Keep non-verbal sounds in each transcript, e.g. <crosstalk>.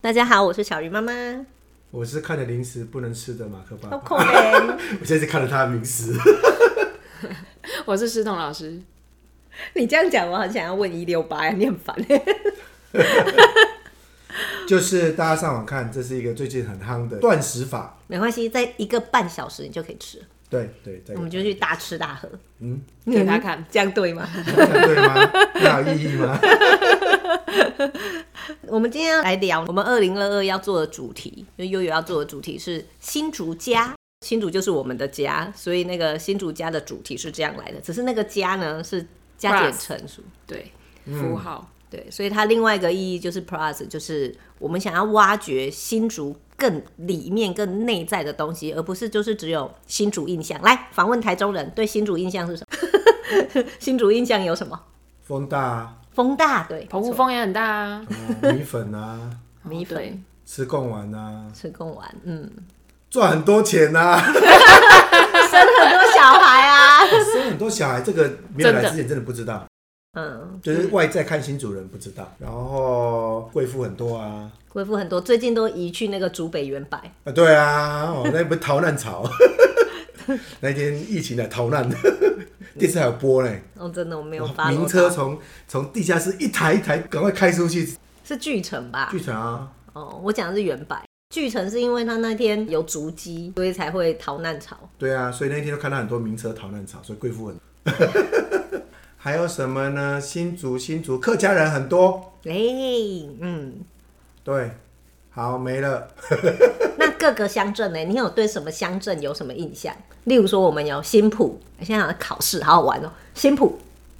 大家好，我是小鱼妈妈。我是看着零食不能吃的马克好爸爸，可怜， <laughs> 我现在是看着他的零食。 <laughs> 我是石彤老师，你这样讲，我很想要问一六八，你很 <laughs> 烦。 <laughs> 就是大家上网看，这是一个最近很夯的断食法。没关系，在一个半小时你就可以吃，对对，这我个们就去大吃大喝。嗯，给他看。这样对吗？ <laughs> 对吗？那有意义吗？ <laughs> 我们今天要来聊我们二零二二要做的主题，就悠悠要做的主题是新竹家。新竹就是我们的家，所以那个新竹家的主题是这样来的。只是那个家呢是加减 Plus 乘数，对，嗯符号，对，所以它另外一个意义就是 plus，就是我们想要挖掘新竹更里面、更内在的东西，而不是就是只有新竹印象。来访问台中人对新竹印象是什么？ <laughs> 新竹印象有什么？风大啊，风大，对，澎湖风也很大啊。哦米粉啊， <laughs> 米粉哦对吃贡丸啊，吃贡丸，嗯，赚很多钱啊， <laughs> 生很多小孩啊，生很多小孩。这个没有来真的之前真的不知道，嗯，就是外在看新主人不知道，然后贵妇很多啊。贵妇很多，最近都移去那个竹北原白，啊，对啊，哦，那不是逃难潮， <laughs> 那天疫情来逃难， <laughs> 电视还有播呢。哦，真的我没有哇发。名车从从地下室一台一台赶快开出去，是巨城吧？剧场啊，哦，我讲的是原白。巨城是因为他那天有足迹，所以才会逃难潮。对啊，所以那天就看到很多名车逃难潮，所以贵妇很。 <laughs> 还有什么呢？新竹新竹客家人很多，哎、嗯，对，好没了。那各个乡镇呢？你有对什么乡镇有什么印象？例如说，我们有新浦，现在好像考试，好好玩哦。新浦，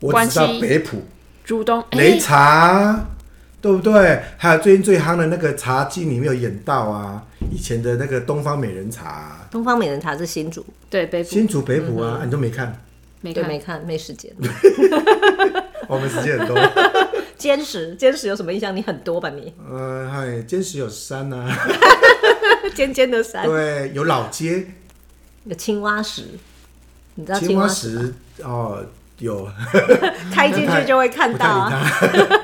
我关只知道西北浦竹东，哎、擂茶，对不对？还有最近最夯的那个茶经里面有演到啊，以前的那个东方美人茶啊、东方美人茶是新竹，对北部新竹北埔嗯啊，啊你都没看，没对，看，没看，没时间。我们时间很多。 <laughs> 坚实， <laughs> 坚实有什么印象？你很多吧你？呃，嗨，坚持有山啊，尖尖的山，对，有老街、有青蛙石，你知道青蛙蛙石石哦，有开进去就会看不到太啊。理他，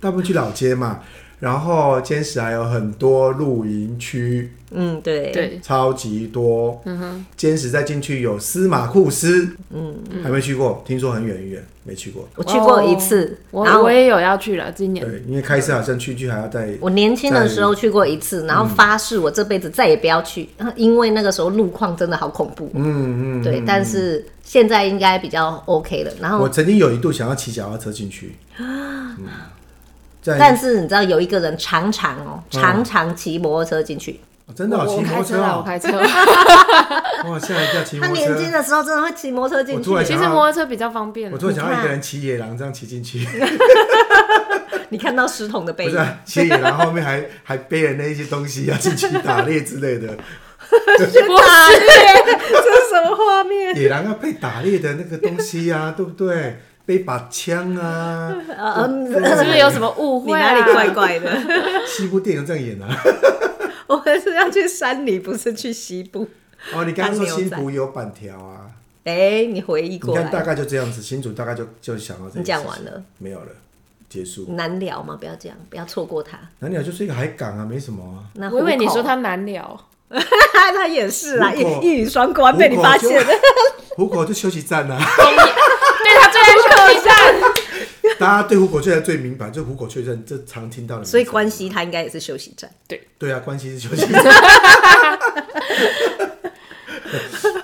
<laughs> 大部分去老街嘛。然后坚持还有很多露营区，嗯，对，对，超级多。嗯哼，坚持再进去有司马库斯，嗯，还没去过，听说很远很远，没去过。我去过一次，哦我然后呃我也有要去了，今年对，因为开车好像去去还要再我年轻的时候去过一次，然后发誓我这辈子再也不要去，因为那个时候路况真的好恐怖。嗯嗯，对，但是现在应该比较 OK 了。然我后，曾经有一度想要骑脚踏车进去，嗯，在但是你知道有一个人常常哦，常常骑摩托车进去。哦真的哦我嗯骑我摩开托车车啊，我哦，开车。 <laughs> 哇吓一跳骑他摩托年轻车，的时候真的会骑摩托车进我突然去，其实摩托车比较方便 <laughs> 我，突然想你到看一个人骑野狼这样骑进去，你看到石桶的背不是影，啊骑野狼后面还 <laughs> 还背了那一些东西要进去打猎之类 <laughs> 的，<laughs> 不这是是什么画面？啊野狼要配打猎的那个东西啊， <laughs> 对不对？背把枪 <laughs> 啊，呃，嗯是不是有什么误你会、啊？哪里怪？怪的？ <laughs> 西部电影这样演啊。我们是要去山里，不是去西部。哦，你刚刚当说牛新仔竹有板条啊，哎、你回忆你过看大来，概就这样子，新竹大概就就想到这。你讲完了，没有了，结束。难聊吗？不要这样，不要错过他。南鸟就是一个海港啊，没什么啊。那我以为你说他。他难聊， <laughs> 他也是啦，一虎口一语双关啊被你发现 <laughs> 了。 <laughs> 虎口就休息站啊， <laughs> 对他最爱去客站，大家对虎口最最明白，就虎口确认这常听到的名字。所以关西他应该也是休息站。对啊，关西是休息 <laughs> 站，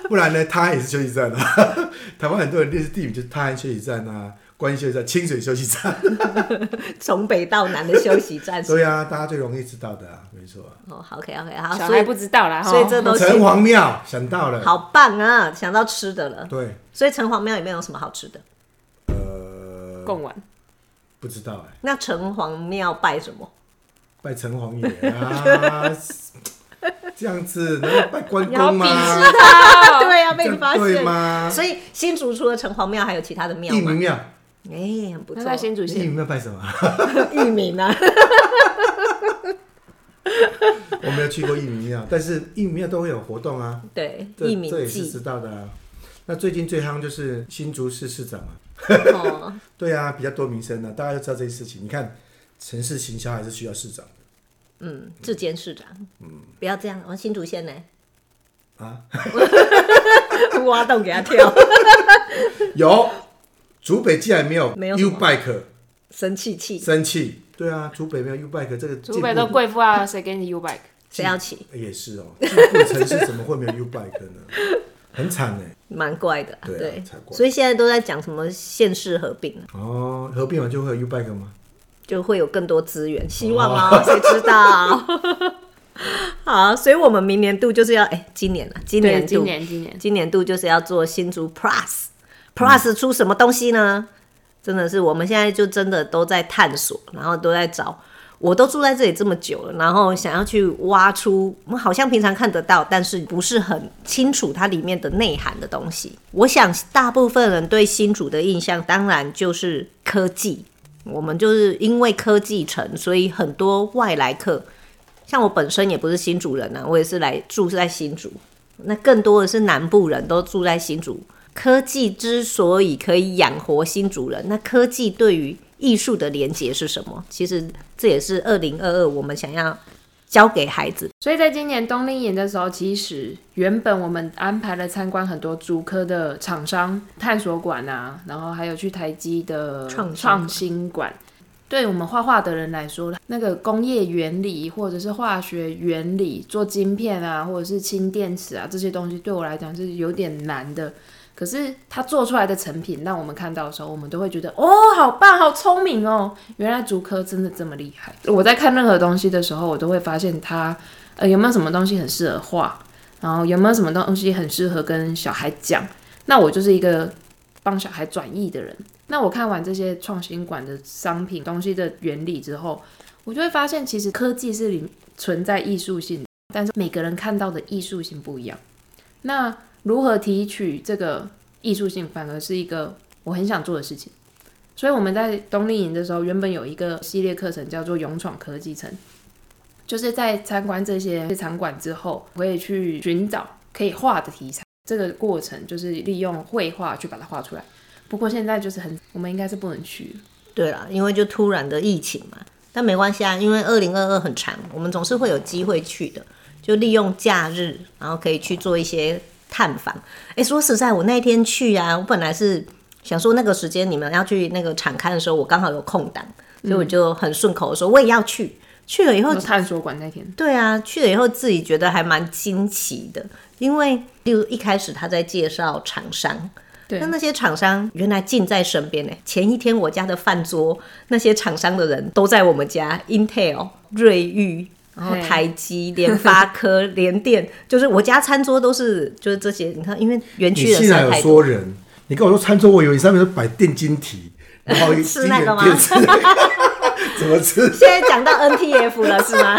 不然呢，他也是休息站啊。 <laughs> 台湾很多人认识地名就是泰安休息站啊，关西休息站、清水休 <laughs> 息站。从北到南的休息站。对啊，大家最容易知道的啊，没错啊。哦，好，OK OK，好，小所孩以不知道啦。哈所以这都城是隍庙想到了，好棒啊！想到吃的了，对，所以城隍庙里面有什么好吃的？呃，贡丸，不知道哎、那城隍庙拜什么？拜城隍爷啊， <laughs> 这样子，然后拜关你好公鄙啊，视他、<laughs> 哦。对啊，这被你样发对现。吗？所以新竹除了城隍庙，还有其他的庙地吗名？庙，哎、很不那错。在新竹地县名庙拜什么啊？玉名啊，我没有去过义民庙，但是义民庙都会有活动啊，对，这玉这名也是知记道的啊。那最近最夯就是新竹市市长啊，哦， <laughs> 对啊，比较多民生啊，大家就知道这些事情。你看，城市行销还是需要市长，嗯，志坚市长，嗯，不要这样，我新竹县呢，啊， <laughs> 挖洞给他跳，有竹北竟然没有没有什 U 么 bike，生气气，生气。对啊，竹北没有 U bike 这个竹北进都步贵妇啊，谁给你 U bike？谁要骑？也是哦，进步城市怎么会没 <laughs> 有 U bike 呢？很惨哎。蛮怪的，对啊对才，怪所以现在都在讲什么县市合并，啊哦，合并完就会有 U bike 吗？就会有更多资哦源，希望啊， <laughs> 谁知道？ <laughs> 好，所以我们明年度就是要，哎、今年了，今对，年今度，年今年今年度就是要做新竹 Plus Plus 出什么东西呢？真的是我们现在就真的都在探索，然后都在找。我都住在这里这么久了，然后想要去挖出我们好像平常看得到，但是不是很清楚它里面的内涵的东西。我想大部分人对新竹的印象，当然就是科技。我们就是因为科技城，所以很多外来客，像我本身也不是新竹人啊，我也是来住在新竹，那更多的是南部人都住在新竹。科技之所以可以养活新竹人，那科技对于艺术的连结是什么？其实这也是二零二二我们想要教给孩子。所以在今年冬令营的时候，其实原本我们安排了参观很多竹科的厂商、探索馆啊，然后还有去台积的创新馆创新馆。对我们画画的人来说，那个工业原理或者是化学原理，做晶片啊，或者是氢电池啊这些东西，对我来讲是有点难的。可是它做出来的成品，让我们看到的时候，我们都会觉得哦，好棒，好聪明哦！原来竹科真的这么厉害。我在看任何东西的时候，我都会发现它呃，有没有什么东西很适合画，然后有没有什么东西很适合跟小孩讲。那我就是一个帮小孩转译的人。那我看完这些创新馆的商品东西的原理之后，我就会发现，其实科技是里存在艺术性，但是每个人看到的艺术性不一样。那如何提取这个艺术性，反而是一个我很想做的事情。所以我们在冬令营的时候，原本有一个系列课程叫做“勇闯科技城”，就是在参观这些场馆之后，我会去寻找可以画的题材。这个过程就是利用绘画去把它画出来。不过现在就是很，我们应该是不能去了。对啦，因为就突然的疫情嘛，但没关系啊，因为二零二二很长，我们总是会有机会去的，就利用假日，然后可以去做一些探访。诶，说实在，我那一天去啊，我本来是想说那个时间你们要去那个场刊的时候，我刚好有空档，所以我就很顺口的说我也要去。去了以后说探索馆那天，对啊，去了以后自己觉得还蛮惊奇的，因为例如一开始他在介绍厂商，对那那些厂商原来近在身边呢。前一天我家的饭桌，那些厂商的人都在我们家，Intel、瑞昱。然后嘿台积、联发科、 <laughs> 联电，就是我家餐桌都是就是这些。你看，因为园你区人竟实然在有太多说，人，你跟我说餐桌，我以为你上面是摆电晶体，然后 <laughs> 吃那个吗晶圆电池 <laughs> 怎么吃？现在讲到 NTF 了是吗？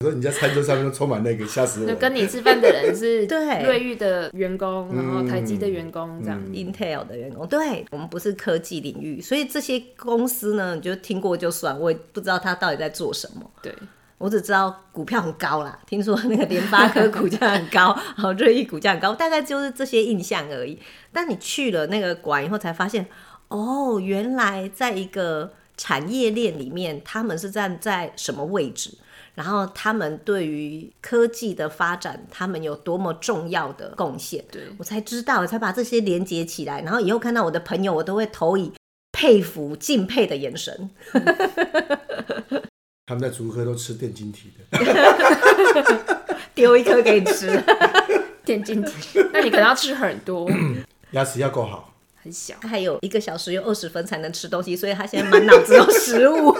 我说你家餐桌上面都充满那个，吓死我就了！跟你吃饭的人是对瑞昱的员工，然后台积的员工这样。嗯 Intel 的员工，对我们不是科技领域，所以这些公司呢，你就听过就算，我也不知道他到底在做什么。对，我只知道股票很高啦，听说那个联发科股价很高，然后瑞昱股价很高，大概就是这些印象而已。但你去了那个馆以后，才发现哦，原来在一个产业链里面，他们是站在什么位置，然后他们对于科技的发展，他们有多么重要的贡献。对我才知道，才把这些连接起来，然后以后看到我的朋友，我都会投以佩服、敬佩的眼神。他们在竹科都吃电晶体的，丢一颗给你吃，电竞体， <laughs> 那你可能要吃很多，牙齿要够好。很小。他还有一个小时有二十分才能吃东西，所以他现在满脑子有食物，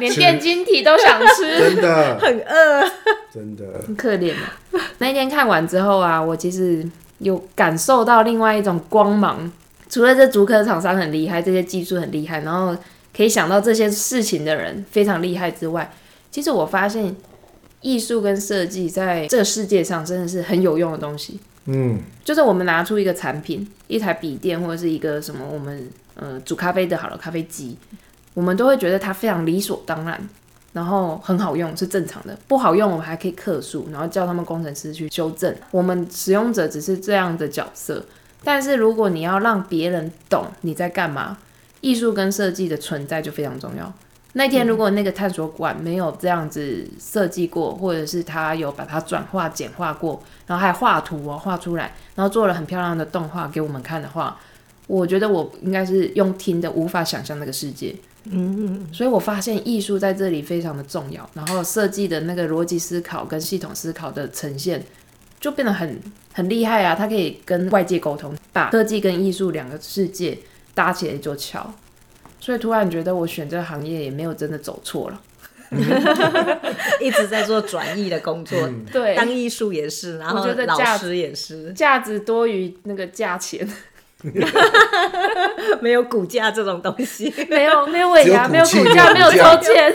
连电晶体都想吃， <laughs> 真的，很饿。真的，很可怜啊。 <laughs> 那一天看完之后啊，我其实有感受到另外一种光芒。除了这足科厂商很厉害，这些技术很厉害，然后可以想到这些事情的人非常厉害之外，其实我发现艺术跟设计在这个世界上真的是很有用的东西。嗯，就是我们拿出一个产品，一台笔电或者是一个什么，我们呃煮咖啡的好了咖啡机，我们都会觉得它非常理所当然，然后很好用是正常的，不好用我们还可以克数，然后叫他们工程师去修正。我们使用者只是这样的角色，但是如果你要让别人懂你在干嘛，艺术跟设计的存在就非常重要。那天如果那个探索馆没有这样子设计过，或者是他有把它转化简化过，然后还画图哦画出来，然后做了很漂亮的动画给我们看的话，我觉得我应该是用听的无法想象那个世界。嗯，所以我发现艺术在这里非常的重要，然后设计的那个逻辑思考跟系统思考的呈现，就变得很很厉害啊！它可以跟外界沟通，把科技跟艺术两个世界搭起来一座桥。所以突然觉得我选这个行业也没有真的走错了。一直在做转译的工作，对当艺术也是，然后我觉得老价师也是，价值多于那个价钱，没有骨架这种东西。没有没有尾牙，只没有有骨气骨架，没没有有骨架抽签。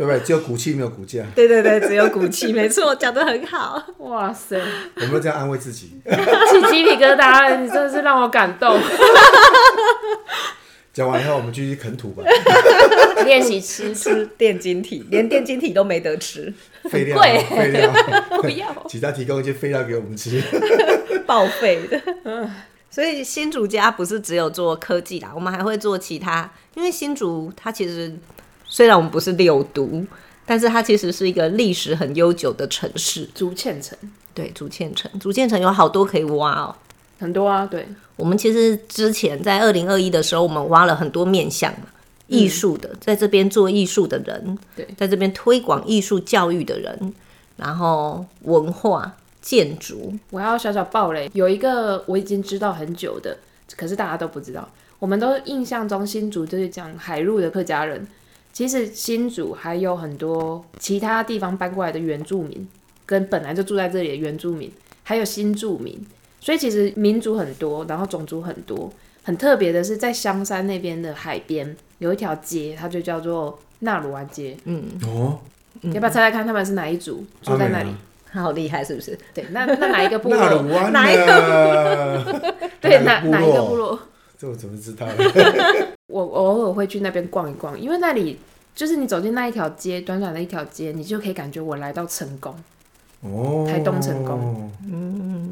对不对？只有骨气没有骨架， <laughs> 对对对，只有骨气，没错，讲的很好。哇塞，我们都这样安慰自己。 <laughs> 起鸡皮疙瘩了，你真的是让我感动。讲完以后，我们继续啃土吧， <laughs> 练习吃吃电晶体，连电晶体都没得吃，废料，贵废料，不要，请他提供一些废料给我们吃。报废的。 <laughs> 所以新竹家不是只有做科技啦，我们还会做其他。因为新竹它其实虽然我们不是六都，但是它其实是一个历史很悠久的城市。竹堑城对，竹堑城，竹堑城有好多可以挖哦。很多啊，对，我们其实之前在二零二一的时候，我们挖了很多面向嘛，艺术的，在这边做艺术的人，对，在这边推广艺术教育的人，然后文化、建筑，我要小小爆雷，有一个我已经知道很久的，可是大家都不知道。我们都印象中新竹就是讲海陆的客家人，其实新竹还有很多其他地方搬过来的原住民，跟本来就住在这里的原住民，还有新住民，所以其实民族很多，然后种族很多。很特别的是，在香山那边的海边有一条街，它就叫做纳鲁湾街。哦，啊要不要猜猜看他们是哪一族住在那里？他好厉害，是不是？对，那那哪一个部纳落？鲁湾哪一个？对，哪哪一个部落？落？这我怎么知道呢？我偶尔会去那边逛一逛，因为那里就是你走进那一条街，短短的一条街，你就可以感觉我来到成功，哦，台东成功。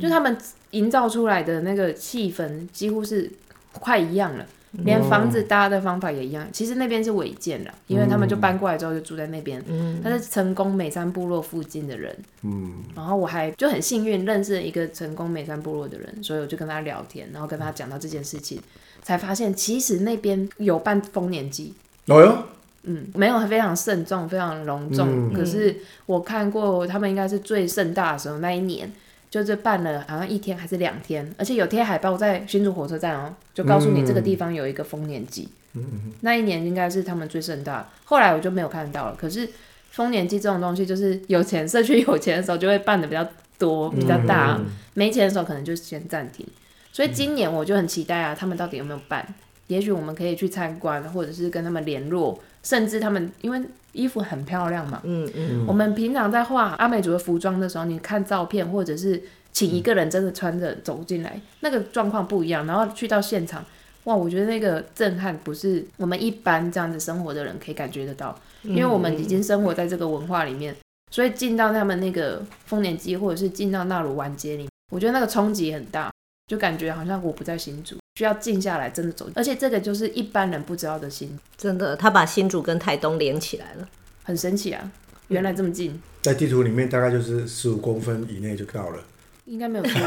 就他们营造出来的那个气氛几乎是快一样了，连房子搭的方法也一样。其实那边是违建了，因为他们就搬过来之后就住在那边。他是成功美山部落附近的人，嗯，然后我还就很幸运认识了一个成功美山部落的人，所以我就跟他聊天，然后跟他讲到这件事情，才发现其实那边有办丰年祭。哦哟，嗯，没有非常慎重，非常隆重。嗯可是我看过他们应该是最盛大的时候那一年，就是办了好像一天还是两天，而且有贴海报在新竹火车站哦，就告诉你这个地方有一个丰年祭。嗯、那一年应该是他们最盛大，后来我就没有看到了。可是丰年祭这种东西，就是有钱社区有钱的时候就会办的比较多、比较大，没钱的时候可能就先暂停。所以今年我就很期待啊，他们到底有没有办？也许我们可以去参观，或者是跟他们联络，甚至他们因为衣服很漂亮嘛，嗯嗯，我们平常在画阿美族的服装的时候，你看照片或者是请一个人真的穿着走进来，那个状况不一样。然后去到现场，哇，我觉得那个震撼不是我们一般这样子生活的人可以感觉得到，嗯因为我们已经生活在这个文化里面，所以进到他们那个丰年祭或者是进到纳鲁湾街里，我觉得那个冲击很大，就感觉好像我不在新竹，需要静下来真的走，而且这个就是一般人不知道的心，真的，他把新竹跟台东连起来 <laughs> 了。很神奇啊，原来这么近。在地图里面大概就是十五公分以内就到了。应该没有错，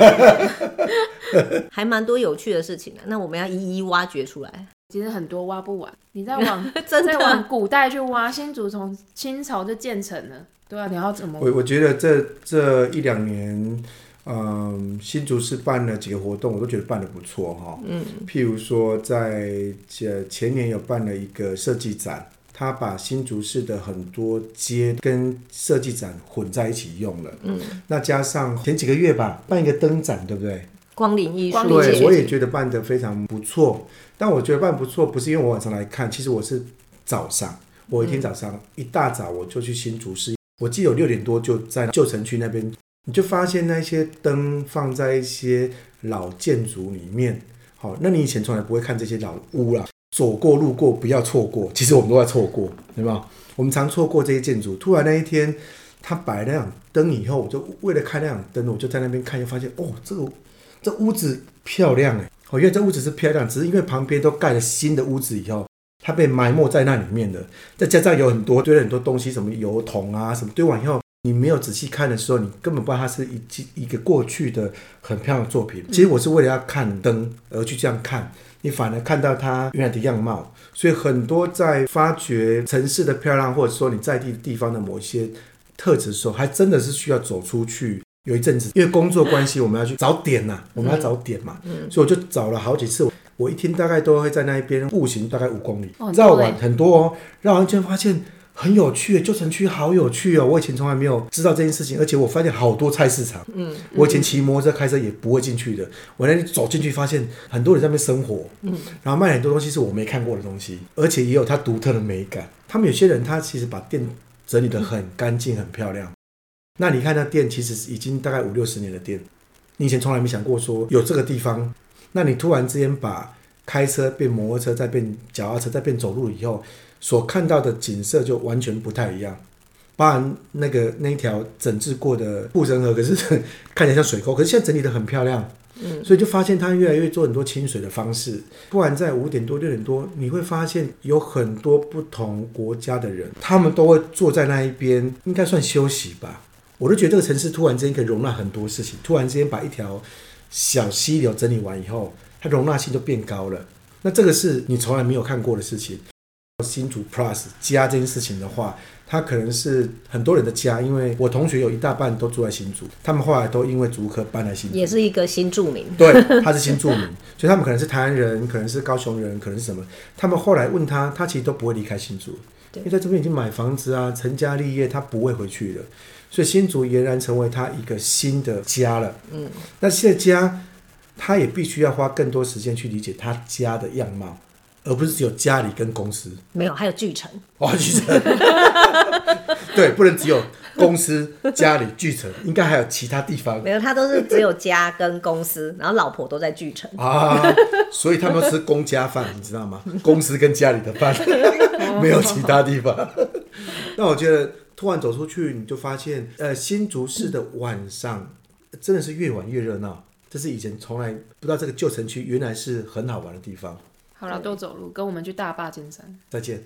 还蛮多有趣的事情的、啊那我们要一一挖掘出来。 <laughs> <laughs> 其实很多挖不完。你再 <laughs> 往真的啊再往古代去挖，新竹从清朝就建成了，对啊，你要怎么？我我觉得这这一两年，嗯，新竹市办了几个活动，我都觉得办的不错哈、嗯，譬如说在前前年有办了一个设计展，他把新竹市的很多街跟设计展混在一起用了。嗯，那加上前几个月吧，办一个灯展，对不对？光临艺术光临对，界，我也觉得办得非常不错。但我觉得办不错，不是因为我晚上来看，其实我是早上，我一天早上、一大早我就去新竹市，我记得有六点多就在旧城区那边，你就发现那些灯放在一些老建筑里面。好，那你以前从来不会看这些老屋啦，走过路过不要错过。其实我们都在错过，对吧？我们常错过这些建筑。突然那一天，他摆那盏灯以后，我就为了看那盏灯，我就在那边看，就发现哦，这个欸这屋子漂亮哎，哦，因为这屋子是漂亮，只是因为旁边都盖了新的屋子以后，它被埋没在那里面的。再加上有很多堆了很多东西，什么油桶啊，什么堆完以后，你没有仔细看的时候，你根本不知道它是一一个过去的很漂亮的作品。其实我是为了要看灯而去这样看，你反而看到它原来的样貌。所以很多在发掘城市的漂亮，或者说你在地地方的某一些特质的时候，还真的是需要走出去。有一阵子，因为工作关系，我们要去找点嗯呐、我们要找点嘛，所以我就找了好几次。我一天大概都会在那一边步行大概五公里哦，很多绕完欸很多哦，绕完就发现很有趣，旧城区好有趣哦，我以前从来没有知道这件事情，而且我发现好多菜市场，嗯，我以前骑摩托车开车也不会进去的，我那天走进去发现很多人在那边生活，嗯，然后卖很多东西是我没看过的东西，而且也有它独特的美感。他们有些人他其实把店整理得很干净、很漂亮。那你看那店其实已经大概五六十年的店，你以前从来没想过说有这个地方，那你突然之间把开车变摩托车，再变脚踏车，再变走路以后，所看到的景色就完全不太一样。包含那个那一条整治过的护城河，可是看起来像水沟，可是现在整理的很漂亮，嗯，所以就发现它越来越做很多清水的方式。不然在五点多六点多，你会发现有很多不同国家的人，他们都会坐在那一边，应该算休息吧。我就觉得这个城市突然之间可以容纳很多事情，突然之间把一条小溪流整理完以后，它容纳性就变高了。那这个是你从来没有看过的事情。新竹 Plus 家这件事情的话，它可能是很多人的家，因为我同学有一大半都住在新竹，他们后来都因为竹科搬来新竹，也是一个新著名。 <laughs> 对，他是新住民，所以他们可能是台湾人，可能是高雄人，可能是什么？他们后来问他，他其实都不会离开新竹，对因为在这边已经买房子啊，成家立业，他不会回去的。所以新竹俨然成为他一个新的家了。嗯，那现在家，他也必须要花更多时间去理解他家的样貌，而不是只有家里跟公司。 <laughs> 没有，还有巨城，哇，巨城，对，不能只有公司、家里、巨城，应该还有其他地方。没有，他都是只有家跟公司，然后老婆都在巨城。啊，所以他们要吃公家饭，你知道 <laughs> 吗？公司跟家里的饭，哦没有其他地方。 <laughs> 那我觉得突然走出去，你就发现，呃，新竹市的晚上真的是越晚越热闹，这是以前从来不知道这个旧城区原来是很好玩的地方。好了，都走路，跟我们去大坝尖山。再见，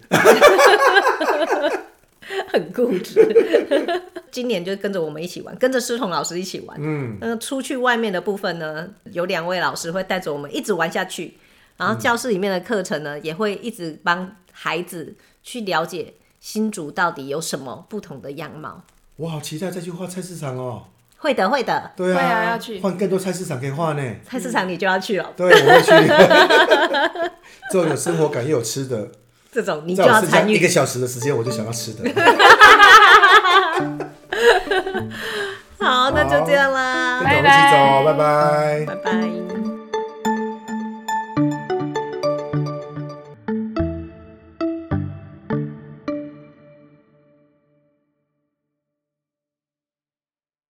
很固执。今年就跟着我们一起玩，跟着师彤老师一起玩。嗯，那个出去外面的部分呢，有两位老师会带着我们一直玩下去，然后教室里面的课程呢，也会一直帮孩子去了解新竹到底有什么不同的样貌。我好期待再去画菜市场哦。会的，会的，对会啊，啊要去换更多菜市场可以画呢。菜市场你就要去了，对，我会去。 <laughs> 这种有生活感又有吃的，这种你就在我要剩下参一个与。小时的时间，我就想要吃的。好，那就这样啦，跟着我们一起走，拜拜拜拜。